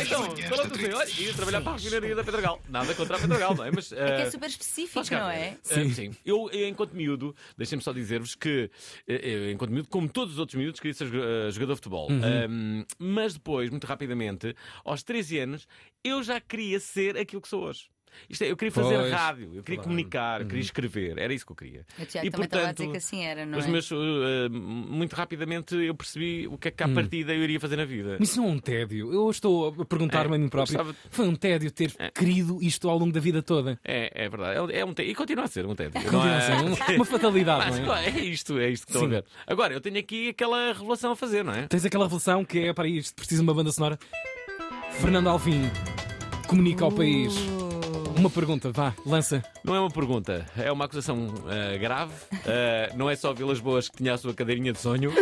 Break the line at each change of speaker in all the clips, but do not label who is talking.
Então, qual é o teu sonho? Olha, ia trabalhar para a refinaria da Pedregal. Nada contra a Pedregal, não é? Mas,
É que
eh,
é super específico,
Faz cá
não
ver.
é?
Ah, Sim. Eu, eh, enquanto miúdo, deixem-me só dizer-vos que, eh, eu, enquanto miúdo, como todos os outros miúdos, queria ser jo- eh, jogador de futebol.
Uhum.
Ahm, mas depois, muito rapidamente, aos 13 anos, eu já queria ser aquilo que sou hoje. Isto é, eu queria fazer
Pois. Uhum.
rádio, eu queria comunicar, eu queria escrever, era isso que eu queria.
O Tiago também estava a dizer que assim era, não
os
é?
meus, eh, eh, muito rapidamente eu percebi o que é que à partida eu iria fazer na vida.
Hum. Mas isso não é um tédio. Eu estou a perguntar-me
É,
a mim próprio.
eu gostava-
Foi um tédio ter querido isto ao longo da vida toda.
É, é verdade. É, é um te- E continua a ser um tédio. Não
É, Continua a ser uma- uma
Ah,
fatalidade,
Mas,
não é?
pá, é isto, é isto que estão a
Sim.
ver. Agora, eu tenho aqui aquela revelação a fazer, não é?
Tens aquela relação que é para isto, precisa de uma banda sonora. Fernando Alvim comunica ao país. Uma pergunta, vá, lança.
Não é uma pergunta, é uma acusação ah, grave. Ah, não é só Vilas Boas que tinha a sua cadeirinha de sonho.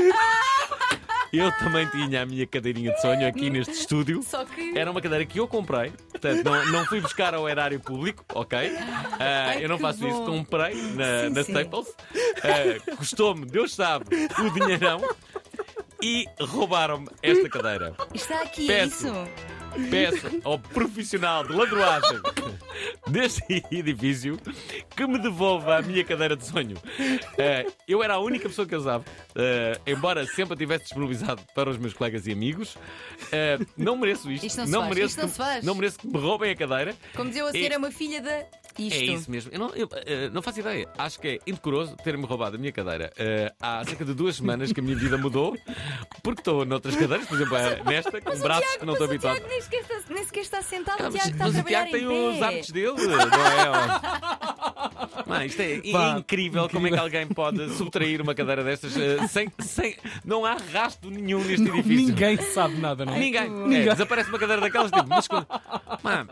Eu também tinha a minha cadeirinha de sonho aqui neste estúdio.
Só que.
Era uma cadeira que eu comprei, portanto, não, não fui buscar ao erário público, ok? Ah,
Ai,
eu não
que
faço isso,
bom.
comprei na,
Sim,
na
sim.
Staples. Ah, Custou-me, Deus sabe, o dinheirão. E roubaram-me esta cadeira.
Está aqui é
Peço.
isso.
Peço ao profissional de ladroagem deste edifício que me devolva a minha cadeira de sonho. Eh, eu era a única pessoa que a usava, eh, embora sempre a tivesse disponibilizado para os meus colegas e amigos. Eh, não mereço isto.
Isto não se faz,
mereço
isto não
que,
se faz.
não mereço que me roubem a cadeira.
Como dizia o
É-
senhor, é uma filha da. Isto.
É isso mesmo. Eu não, eu, eh, não faço ideia. Acho que é indecoroso ter-me roubado a minha cadeira. Eh, há cerca de duas semanas que a minha vida mudou, porque estou noutras cadeiras, por exemplo, eh, nesta, com
Mas o
braços
Tiago-
que não estou
mas o Tiago
habituado.
Nem sequer está, nem sequer está sentado,
Ah,
o Tiago está a
mas o
trabalhar
Tiago tem
em
os
pé.
hábitos dele, não é? Mano, isto é, é
Pá,
incrível, como é que alguém pode subtrair uma cadeira destas eh, sem, sem. Não há rastro nenhum neste edifício.
Ninguém sabe nada, não é?
é Ninguém.
Ninguém.
É, desaparece uma cadeira daquelas, tipo, mas. quando- Mano,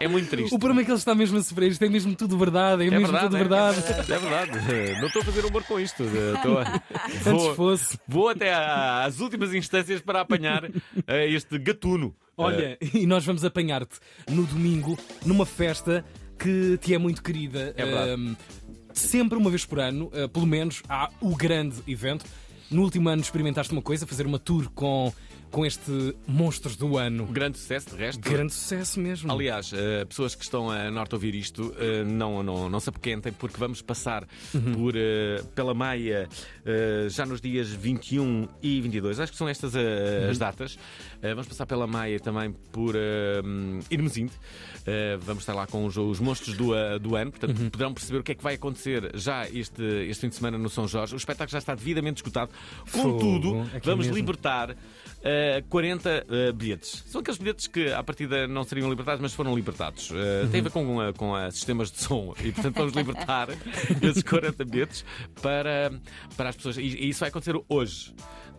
é muito triste.
O problema é que ele está mesmo a sofrer, isto é mesmo tudo verdade, é,
É
mesmo
verdade,
tudo
é,
verdade.
É verdade. Eh, Não estou a fazer humor com isto. eh, Estou a...
Antes fosse.
vou até à- às últimas instâncias para apanhar eh, este gatuno. Eh,
Olha, e nós vamos apanhar-te no domingo numa festa que te é muito querida.
É verdade.
Ahm, sempre uma vez por ano, ah, pelo menos, há o grande evento. No último ano experimentaste uma coisa, fazer uma tour com, com este Monstros do Ano.
um grande sucesso, de resto.
Grande sucesso mesmo.
Aliás, eh, pessoas que estão a norte a ouvir isto, eh, não, não, não se apoquentem, porque vamos passar
Uhum.
por, eh, pela Maia eh, já nos dias 21 e 22. Acho que são estas eh,
Uhum.
as datas. Eh, vamos passar pela Maia também por uh, Irmesinde. Eh, vamos estar lá com os, os monstros do, eh, do ano, portanto
Uhum.
poderão perceber o que é que vai acontecer já este, este fim de semana no São Jorge. O espetáculo já está devidamente escutado.
Fogo,
Contudo,
aqui
vamos
mesmo.
libertar libertar eh, 40 eh, bilhetes. São aqueles bilhetes que à partida não seriam libertados, mas foram libertados. Eh,
Uhum.
Tem a ver com, eh, com eh, sistemas de som e, portanto, vamos libertar esses 40 bilhetes para, para as pessoas. E, e isso vai acontecer hoje.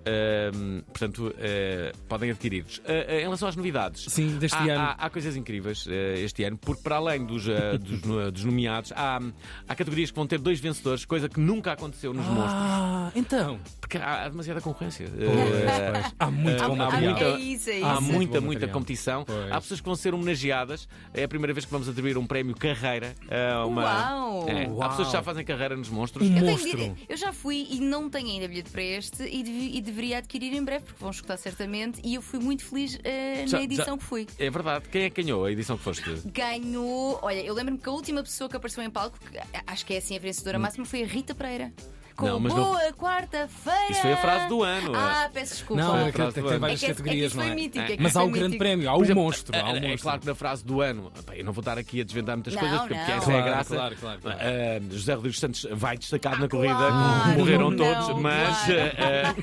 Ehm, portanto, eh, podem adquirir-los. Eh, eh, em relação às novidades,
Sim, deste
há,
ano.
há- há coisas incríveis eh, este ano, porque para além dos, eh, dos, no- dos nomeados, há, há categorias que vão ter dois vencedores, coisa que nunca aconteceu nos monstros,
Ah, então.
porque há, há demasiada concorrência. Eh,
Pois, pois. Há muito
há-
bom
há
material.
muita-
é isso, é isso.
Há
Muito
muita,
bom
muita
material.
competição.
Pois.
Há pessoas que vão ser homenageadas. É a primeira vez que vamos atribuir um prémio carreira a uma.
Uau!
É,
Uau.
Há pessoas que já fazem carreira nos monstros.
Hum.
Eu, tenho
Monstro.
dire- eu já fui e não tenho ainda bilhete para este e, devi- e deveria adquirir em breve, porque vão escutar certamente. E eu fui muito feliz eh,
Já-
na edição
já-
que fui.
É verdade. Quem é que ganhou a edição que foste?
Ganhou. Olha, eu lembro-me que a última pessoa que apareceu em palco, que acho que é assim a
Hum.
vencedora máxima, foi a Rita Pereira. Com
Não, mas não-
boa quarta-feira!
Isso foi a frase do ano.
Ah, peço desculpa.
é. Não,
Foi
é
a
que
frase
tem
do ano.
É
várias
que- é que
categorias,
isso
não
foi
é?
mítico, é que
Mas
isso
há
foi
o grande
mítico.
prémio, há o
Por exemplo,
monstro. Há o
é,
monstro.
é claro que na frase do ano, Bem, eu não vou estar aqui a desvendar muitas
Não,
coisas, porque, porque
não.
essa é a
Claro,
graça.
claro, claro, claro.
Ah, ah, José Rodrigues Santos vai destacado na corrida,
Ah, claro,
morreram
não,
todos, mas
claro.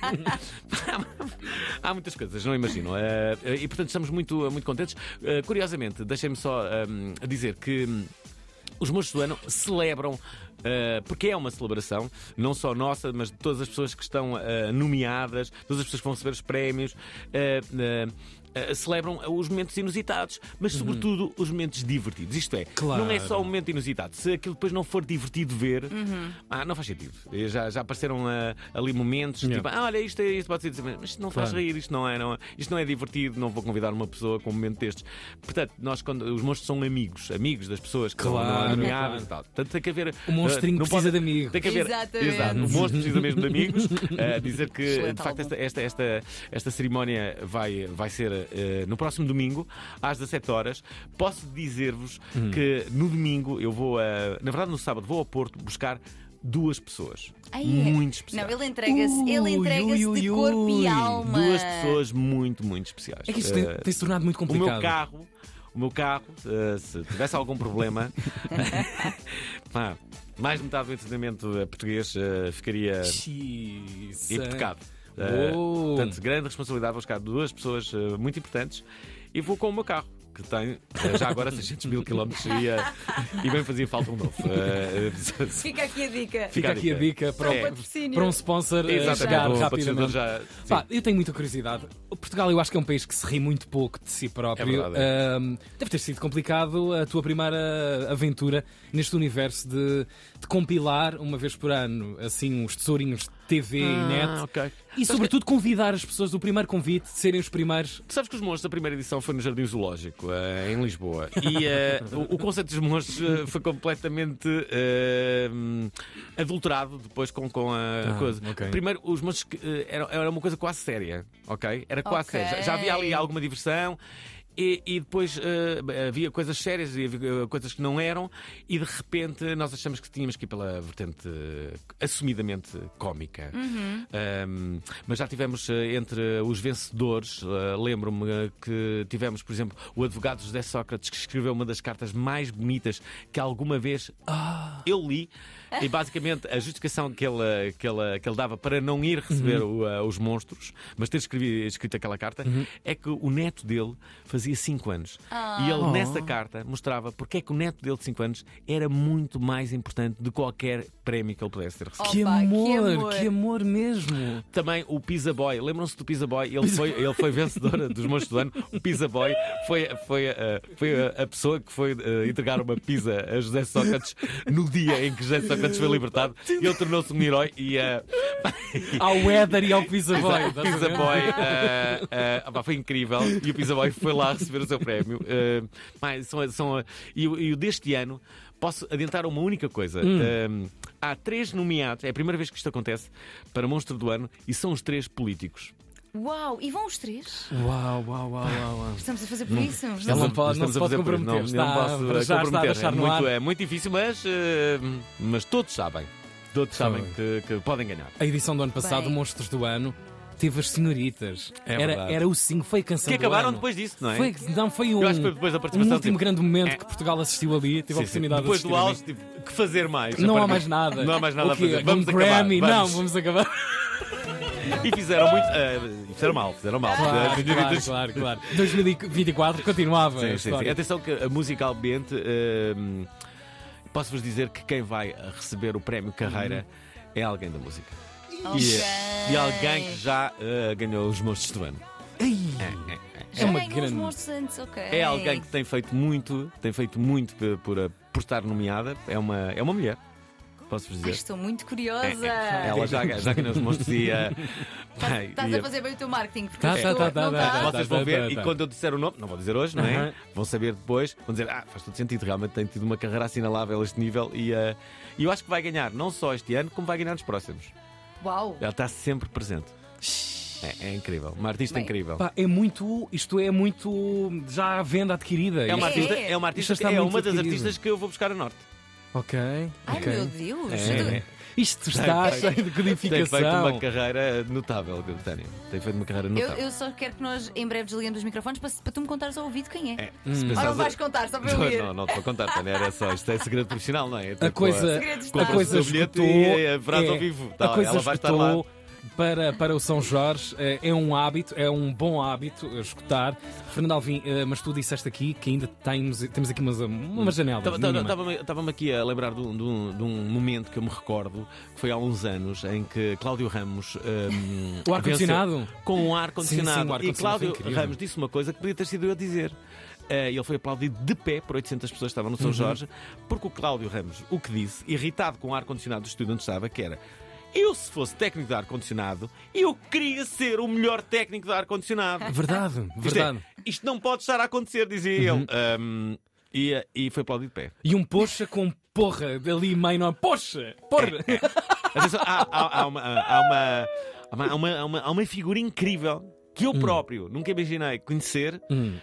ah, ah, há muitas coisas, não imagino. Ah, ah, e portanto estamos muito, muito contentes. Ah, curiosamente, deixem-me só ah, dizer que. hum, os monstros do ano celebram, ah, porque é uma celebração, não só nossa, mas de todas as pessoas que estão ah, nomeadas, todas as pessoas que vão receber os prémios, ah, ah, ah, celebram os momentos inusitados, mas sobretudo os momentos divertidos. Isto é,
Uhum. Claro. Uhum.
não é só um momento inusitado. Se aquilo depois não for divertido ver, ah, não faz sentido. Eh, Já, já apareceram ah, ali momentos tipo, ah, olha, isto, é- isto pode ser dizer, mas isto não faz
Claro.
rir, isto não, é, não é- isto não é divertido, não vou convidar uma pessoa com um momento destes. Portanto, nós quando os monstros são amigos, amigos das pessoas que
Claro,
estão nomeadas
claro.
e tal. Portanto, tem que haver.
O monstrinho
ah, não pode-
precisa de amigo.
Tem que haver.
Exatamente.
Exato. O monstro precisa mesmo de amigos. Ah, dizer que,
Excelente
de facto,
álbum.
esta, esta, esta, esta cerimónia vai, vai ser eh, no próximo domingo, às 17 horas. Posso dizer-vos que no domingo eu vou, a, na verdade, no sábado, vou ao Porto buscar duas pessoas.
Ai, é.
muito especiais.
Não, ele é entrega-se, ele
Ui,
entrega-se
ui,
de
ui,
corpo
ui.
e alma.
Duas pessoas muito, muito especiais.
É que isto
Eh,
tem, se tornado muito
o
complicado.
meu carro, o meu carro, eh, se tivesse algum problema, pá, mais de metade do entretenimento eh, português eh, ficaria
Xiii,
hipotecado. Eh,
Oh.
Portanto, grande responsabilidade, vou buscar duas pessoas eh, muito importantes e vou com o meu carro. Que tem eh, já agora 600 mil quilómetros e, eh, e bem fazia falta um novo. Eh, eh,
Fica aqui a dica.
Fica
Fica
a
aqui a
dica.
dica para,
É.
um, para um sponsor eh, chegar
Exatamente, o patrocinador
rapidamente.
já. sim.
Pá, eu tenho muita curiosidade. O Portugal, eu acho que é um país que se ri muito pouco de si próprio.
É verdade, é.
Ahm, deve ter sido complicado a tua primeira aventura neste universo de, de compilar uma vez por ano, assim, uns tesourinhos de TV e net.
Ah, ok.
E sobretudo convidar as pessoas, o primeiro convite, de serem os primeiros.
Tu sabes que os monstros, a primeira edição foi no Jardim Zoológico, eh, em Lisboa. E eh, o, o conceito dos monstros eh, foi completamente eh, hum, adulterado depois com, com a
Ah,
coisa.
ok.
Primeiro, os monstros que, eh, era, era uma coisa quase séria, ok? Era quase
Ok.
séria. Já, já havia ali alguma diversão. E, e depois eh, havia coisas sérias e havia eh, coisas que não eram, e de repente nós achamos que tínhamos que ir pela vertente eh, assumidamente cómica. Um, mas já tivemos eh, entre os vencedores, eh, lembro-me eh, que tivemos, por exemplo, o advogado José Sócrates, que escreveu uma das cartas mais bonitas que alguma vez eu li. E basicamente a justificação que ele, eh, que ele, que ele dava para não ir receber o, eh, os monstros, mas ter escrevi- escrito aquela carta, é que o neto dele fazia 5 anos. E ele, nessa carta, mostrava porque é que o neto dele de 5 anos era muito mais importante de qualquer prémio que ele pudesse ter recebido.
Opa, que
que, amor,
amor.
que amor mesmo.
Também o Pizza Boy, lembram-se do Pizza Boy? Ele foi, ele foi vencedor dos monstros do ano. O Pizza Boy foi, foi, eh, foi a- a pessoa que foi eh, entregar uma pizza a José Sócrates no dia em que José Sócrates foi libertado. Ele tornou-se um herói e eh,
Ao Éder e ao Pizza Boy.
o Pizza Boy eh, eh, opá, foi incrível. E o Pizza Boy foi lá receber o seu prémio. Eh, mas são, são, e, o- e o deste ano, posso adiantar uma única coisa. Eh, há três nomeados, é a primeira vez que isto acontece, para monstro do ano e são os três políticos.
Uau, e vão os três?
Uau, uau, uau, uau. uau.
Estamos a fazer por isso?
Ela é não pode- não
Estamos a
se pode
fazer por-
comprometer,
Não,
está-
não posso
para já está a
comprometer.
deixar
é,
no
muito,
ar.
é muito difícil, mas, eh, mas todos sabem. Todos sabem que, que podem ganhar.
A edição do ano passado,
Bem.
Monstros do Ano, teve as senhoritas.
É
era,
verdade.
era o 5, foi a canção
Que
do
acabaram
ano.
depois disso, não é?
Foi, não, foi um,
Eu acho que foi depois da participação,
um último
tipo,
grande momento
é.
que Portugal assistiu ali, teve a
Sim, sim.
oportunidade
Depois
de
do
assistir ali.
auge, tipo, que fazer mais?
Não há
Aparentemente.
mais nada.
Não há mais nada
O
a
quê?
fazer. Vamos
um
acabar,
Grammy,
vamos.
não, vamos acabar.
E fizeram muito. eh, fizeram mal, fizeram mal.
Claro,
Eh,
claro, claro, claro. 2024 continuava.
Sim,
a
sim, sim.
história.
Atenção que eh, musicalmente eh, posso-vos dizer que quem vai receber o prémio carreira é alguém da música.
Uhum.
E, eh, e alguém que já eh, ganhou os monstros do ano. É, é, é.
Já
é uma
ganhou
grande-
os monstros antes, ok.
É alguém que tem feito muito, tem feito muito por, por, por estar nomeada. É uma, é uma mulher, posso-vos dizer.
Ai,
É,
estou muito curiosa.
É,
Ela já, já ganhou os monstros e. eh, bem,
Estás
e-
a fazer bem o teu marketing. porque
Tá,
eu
tá,
estou-
tá, tá,
não
tá,
tá?
tá,
Ah, Vocês vão ver,
tá,
e
tá.
quando eu disser o nome, não vou dizer hoje, não é?
Aham.
Vão saber depois, vão dizer, ah, faz todo sentido, realmente tem tido uma carreira assinalável a este nível e eh, e eu acho que vai ganhar, não só este ano, como vai ganhar nos próximos.
Uau.
Ela está sempre presente. É, é incrível, uma artista
Bem,
incrível.
Pá, é muito, isto é muito já à venda adquirida.
É uma
isto-
artista, é uma,
isto
artista
está
que é
muito
uma das
adquirido.
artistas que eu vou buscar a norte.
Ok,
Ai,
ok.
meu Deus.
É, é.
Isto está
Tem feito-
cheio de
Tem feito uma
codificação.
carreira notável, Betânia. Tem feito uma carreira
Eu,
notável.
eu só quero que nós em breve desligamos os microfones para, para tu me contares ao ouvido quem é.
É,
Hum.
se
Ah, não
pensares-
vais contar, só para eu ouvir.
Não, não, não te vou contar, Tânia, era só. Isto é segredo profissional, não é?
A coisa,
Segredos
a
tá.
coisa
O seu bilhete
esgotou.
e a frase ao vivo. Tá,
É. a coisa
ela vai estar lá.
esgotou Para, para o São Jorge eh, é um hábito, é um bom hábito eh, escutar. Fernando Alvim, eh, mas tu disseste aqui que ainda temos, temos aqui umas, uma janela. mínima.
Estava-me aqui a lembrar de um, de um- de um momento que eu me recordo, que foi há uns anos, em que Cláudio Ramos. hum,
O ar-condicionado?
venceu Com um
Sim, sim,
ar-condicionado.
o
e
ar-condicionado foi
Cláudio
incrível.
Ramos disse uma coisa que podia ter sido eu a dizer. Eh, ele foi aplaudido de pé por 800 pessoas que estavam
Uhum.
no São Jorge, porque o Cláudio Ramos o que disse, irritado com o ar-condicionado do estúdio onde estava, que era. Eu, se fosse técnico de ar-condicionado, eu queria ser o melhor técnico de ar-condicionado.
Verdade,
Isto, é,
verdade. Uhum.
isto não pode estar a acontecer, dizia ele. Ahm, e, eh, e foi aplaudido de pé.
E um poxa com porra ali meio não. é? Poxa! Porra!
É. Atenção, há, há- há uma, há, uma, há, uma, há uma- há uma- há uma figura incrível que eu próprio nunca imaginei conhecer, hum,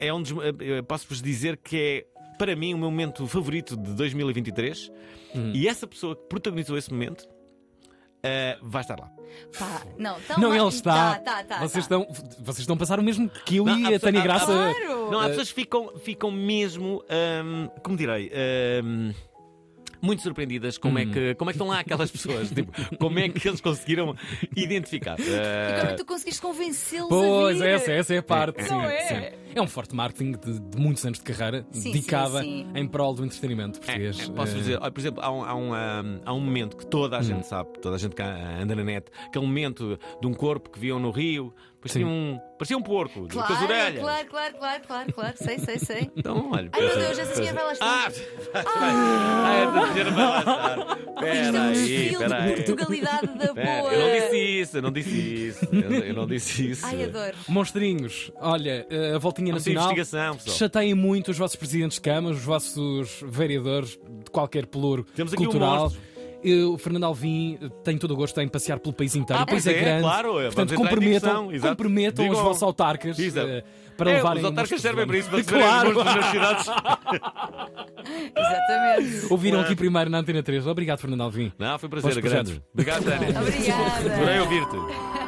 é um dos. eu Posso-vos dizer que é, para mim, o meu momento favorito de 2023. E essa pessoa que protagonizou esse momento ah, vai estar lá.
Pá, não, tão
Não,
lá-
ele está.
Tá, tá, tá,
vocês,
tá.
Estão, vocês estão a passar o mesmo que eu
Não,
e
há
a Tânia
pessoa- há-
Graça.
há-
Claro!
Não, há pessoas que ficam, ficam mesmo, hum, como direi, hum, muito surpreendidas como, é que, como é que estão lá aquelas pessoas. tipo, como é que eles conseguiram identificar.
E
Eh,
como é que tu conseguiste convencê-los
Pois,
a vir?
essa, essa é a parte.
Não
sim,
é?
sim. é um forte marketing de, de muitos anos de carreira
Sim,
dedicada
sim, sim.
em prol do entretenimento
É,
português.
Posso
Eh,
dizer, olha, por exemplo, há um, há um, ah, há um momento que toda a
Hum.
gente sabe, toda a gente que ah, anda na net, aquele momento de um corpo que viam no Rio, parecia,
Sim.
um, parecia um porco, com as
Claro,
orelhas.
claro, claro, claro, claro, claro, sei, sei, sei.
Então, olha.
Ai meu Deus, essa senhora vai lá
Ah,
estar.
ah, essa senhora vai lá estar.
Isto é
Espera
um
aí,
desfile
espera
de
aí.
Portugalidade da
Espera,
boa.
Eu não disse isso, eu não disse isso. Eu, eu não disse isso.
Ai, adoro.
Monstrinhos, olha, eh, a voltinha
Não sei
nacional.
investigação, pessoal.
Chateiem muito os vossos presidentes de câmaras, os vossos vereadores de qualquer pelouro
Temos aqui um
cultural.
monstro.
Eh, o Fernando Alvim eh, tem todo o gosto em passear pelo país inteiro.
Ah,
o país
pois
é,
é,
grande.
claro, é,
Portanto,
vamos entrar em
comprometam,
discussão, exato.
comprometam os
Digam-
vossos autarcas
Exato.
eh, para
É,
levarem
os
monstros
autarcas
de
servem para isso, para
Claro.
claro. nas cidades.
Exatamente.
Ouviram
É.
aqui primeiro na Antena 3. Obrigado, Fernando Alvim.
Não, foi um prazer,
Bons
grande.
projetos.
Obrigado, Tânia.
Obrigada.
Adorei ouvir-te.